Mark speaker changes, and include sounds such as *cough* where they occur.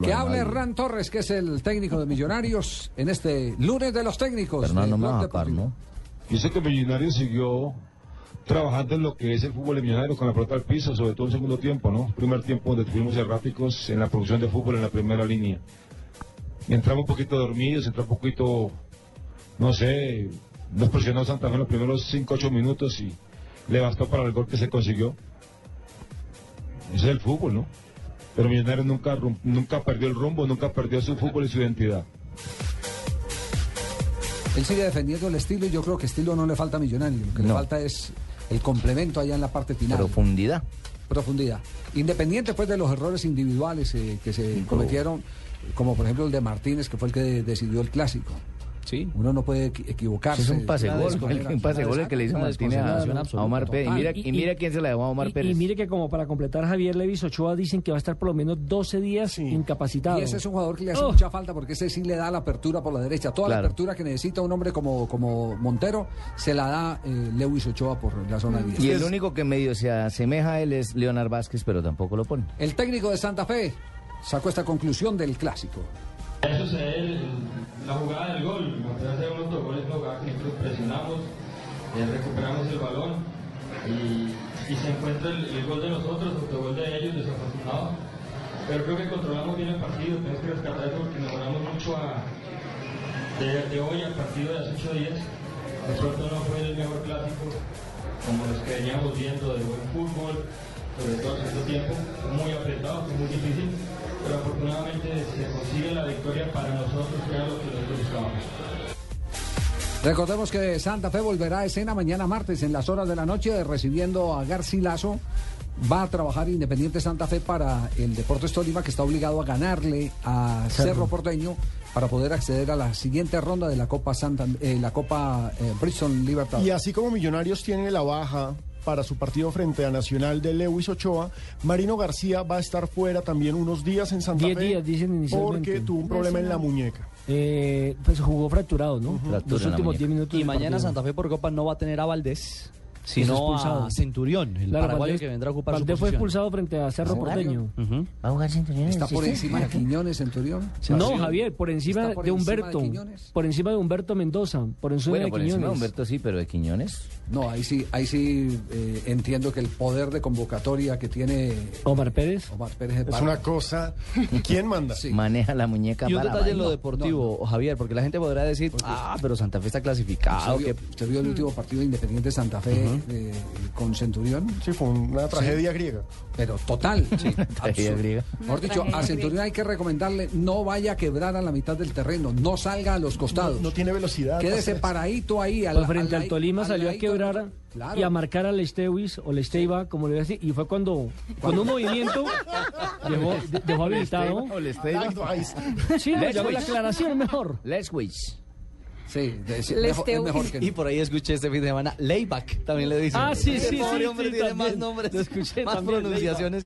Speaker 1: Que hable Hernán Torres, que es el técnico de Millonarios en este lunes de los técnicos.
Speaker 2: Hernán,
Speaker 1: de
Speaker 2: no me
Speaker 1: Blog
Speaker 2: vas a
Speaker 1: Deportivo.
Speaker 2: sacar, ¿no?
Speaker 3: Yo sé que Millonarios siguió trabajando en lo que es el fútbol de Millonarios con la pelota al piso, sobre todo en segundo tiempo, ¿no? Primer tiempo donde tuvimos erráticos en la producción de fútbol en la primera línea. Entramos un poquito dormidos, entramos un poquito, no sé, nos presionó Santa Fe en los primeros 5, 8 minutos y le bastó para el gol que se consiguió. Ese es el fútbol, ¿no? Pero Millonarios nunca, rum- nunca perdió el rumbo, nunca perdió su fútbol y su identidad.
Speaker 1: Él sigue defendiendo el estilo y yo creo que estilo no le falta a Millonarios. Lo que le
Speaker 2: No.
Speaker 1: falta es el complemento allá en la parte final.
Speaker 2: Profundidad.
Speaker 1: profundidad. Independiente pues de los errores individuales eh, que se cometieron, como por ejemplo el de Martínez, que fue el que decidió el clásico.
Speaker 4: Sí.
Speaker 1: Uno no puede equi-
Speaker 5: Ah,
Speaker 1: equivocarse.
Speaker 2: es un pase
Speaker 1: Una
Speaker 2: gol,
Speaker 1: descoordinación,
Speaker 2: un pase
Speaker 1: una
Speaker 2: gol el que le hizo
Speaker 4: una
Speaker 2: Martínez a,
Speaker 4: desconcentración
Speaker 2: a
Speaker 4: absoluta,
Speaker 2: Omar Pérez. Y
Speaker 4: total.
Speaker 5: Ah,
Speaker 2: mira,
Speaker 6: Y-
Speaker 2: y mira quién se la dejó a Omar
Speaker 6: Y-
Speaker 2: Pérez.
Speaker 6: Y, mire que como para completar, Javier Levis Ochoa dicen que va a estar por lo menos 12 días incapacitado.
Speaker 1: Y ese es un jugador que le hace
Speaker 6: Oh.
Speaker 1: mucha falta porque ese sí le da la apertura por la derecha. Toda la
Speaker 2: Claro.
Speaker 1: apertura que necesita un hombre como, como Montero se la da eh, Lewis Ochoa por la zona de diez.
Speaker 2: Mm. Y el único que medio se asemeja a él es Leonard Vázquez, pero tampoco lo pone.
Speaker 1: El técnico de Santa Fe sacó esta conclusión del clásico.
Speaker 7: Eso es el- la jugada del gol. Cuando hace un autogol es la jugada que nosotros presionamos, eh, recuperamos el balón y, y se encuentra el, el gol de nosotros, autogol de ellos, desafortunado. Pero creo que controlamos bien el partido, tenemos que rescatar eso porque mejoramos mucho a, de, de hoy al partido de hace 8 días. De pronto no fue el mejor clásico, como los que veníamos viendo de buen fútbol, sobre todo en este tiempo, fue muy apretado, fue muy difícil, pero afortunadamente se consigue la victoria para nosotros, que era lo que nosotros buscábamos.
Speaker 1: Recordemos que Santa Fe volverá a escena mañana martes en las horas de la noche recibiendo a Garcilaso. Va a trabajar Independiente Santa Fe para el Deportes Tolima que está obligado a ganarle a Cerro, Porteño para poder acceder a la siguiente ronda de la Copa Santa, eh, la Copa eh, Bristol Libertad.
Speaker 8: Y así como Millonarios tiene la baja para su partido frente a Nacional de Lewis Ochoa, Marino García va a estar fuera también unos días en Santa
Speaker 6: Diez
Speaker 8: Fe.
Speaker 6: días, dicen inicialmente.
Speaker 8: Porque tuvo un problema en la muñeca.
Speaker 6: Eh, pues jugó fracturado, ¿no?
Speaker 2: Fractura en
Speaker 6: Los
Speaker 2: la
Speaker 6: últimos
Speaker 2: muñeca.
Speaker 6: 10 minutos.
Speaker 5: Y
Speaker 6: del
Speaker 5: mañana
Speaker 6: partido.
Speaker 5: Santa Fe por Copa no va a tener a Valdés,
Speaker 6: Es
Speaker 5: sino
Speaker 6: expulsado.
Speaker 5: a Centurión, el
Speaker 6: Claro,
Speaker 5: paraguayo
Speaker 6: Valdés-
Speaker 5: que vendrá a ocupar
Speaker 6: Valdés
Speaker 5: su
Speaker 6: fue
Speaker 5: posición.
Speaker 6: expulsado frente a Cerro
Speaker 1: ¿Paraguayo?
Speaker 6: Porteño.
Speaker 5: Ujú.
Speaker 2: ¿Va a jugar Centurión?
Speaker 1: Está por encima de Quiñones, Centurión.
Speaker 6: No, Javier, por encima
Speaker 1: ¿Está por
Speaker 6: de
Speaker 1: encima de
Speaker 6: Humberto.
Speaker 1: Quiñones?
Speaker 6: por encima de Humberto Mendoza. Por
Speaker 2: *laughs*
Speaker 6: encima
Speaker 2: Bueno,
Speaker 6: de
Speaker 2: por
Speaker 6: Quiñones.
Speaker 2: encima de Humberto sí, pero de Quiñones.
Speaker 1: No, ahí sí, ahí sí eh, entiendo que el poder de convocatoria que tiene
Speaker 6: Omar Pérez.
Speaker 1: Omar Pérez de
Speaker 8: Es
Speaker 1: Parra-
Speaker 8: una cosa. *laughs* ¿Quién manda?
Speaker 1: Sí.
Speaker 2: Maneja la muñeca
Speaker 5: Y un
Speaker 2: para
Speaker 5: detalle en lo
Speaker 2: bailar.
Speaker 5: deportivo, Javier, porque la gente podrá decir, ah, pero Santa Fe está
Speaker 1: ¿Usted,
Speaker 5: clasificado.
Speaker 1: vio,
Speaker 5: que
Speaker 1: usted vio el último partido de Independiente Santa Fe eh, con Centurión?
Speaker 8: Sí, fue una tragedia griega.
Speaker 1: pero total.
Speaker 2: tragedia
Speaker 1: *laughs* absurdo.
Speaker 2: griega.
Speaker 1: Mejor dicho, a Centurión hay que recomendarle no vaya a quebrar a la mitad del terreno, no salga a los costados.
Speaker 8: No tiene velocidad.
Speaker 1: Quédese
Speaker 8: Cáceres.
Speaker 1: paradito ahí.
Speaker 6: Pues frente al
Speaker 1: lai-
Speaker 6: Tolima salió a
Speaker 1: ladito, ¿no?
Speaker 6: quebrar
Speaker 1: Claro.
Speaker 6: y a marcar al Estewis o Lesteiva, como le voy a decir, y fue cuando con un
Speaker 5: *laughs*
Speaker 6: movimiento dejó, de- dejó habilitado.
Speaker 8: Aldo Aiz.
Speaker 6: Sí, me llamó
Speaker 2: Lesteiva.
Speaker 6: la aclaración mejor.
Speaker 2: Leswich.
Speaker 1: Sí, de- es
Speaker 9: Les
Speaker 1: mejor, es
Speaker 9: teo-
Speaker 1: mejor que no.
Speaker 5: Y por ahí escuché este fin de semana, Layback, también le dicen.
Speaker 6: Ah, sí, sí,
Speaker 5: Pobre
Speaker 6: sí,
Speaker 5: hombre
Speaker 6: sí,
Speaker 5: tiene
Speaker 6: también.
Speaker 5: más nombres,
Speaker 6: Lo escuché
Speaker 5: más
Speaker 6: también, Layback.
Speaker 5: pronunciaciones.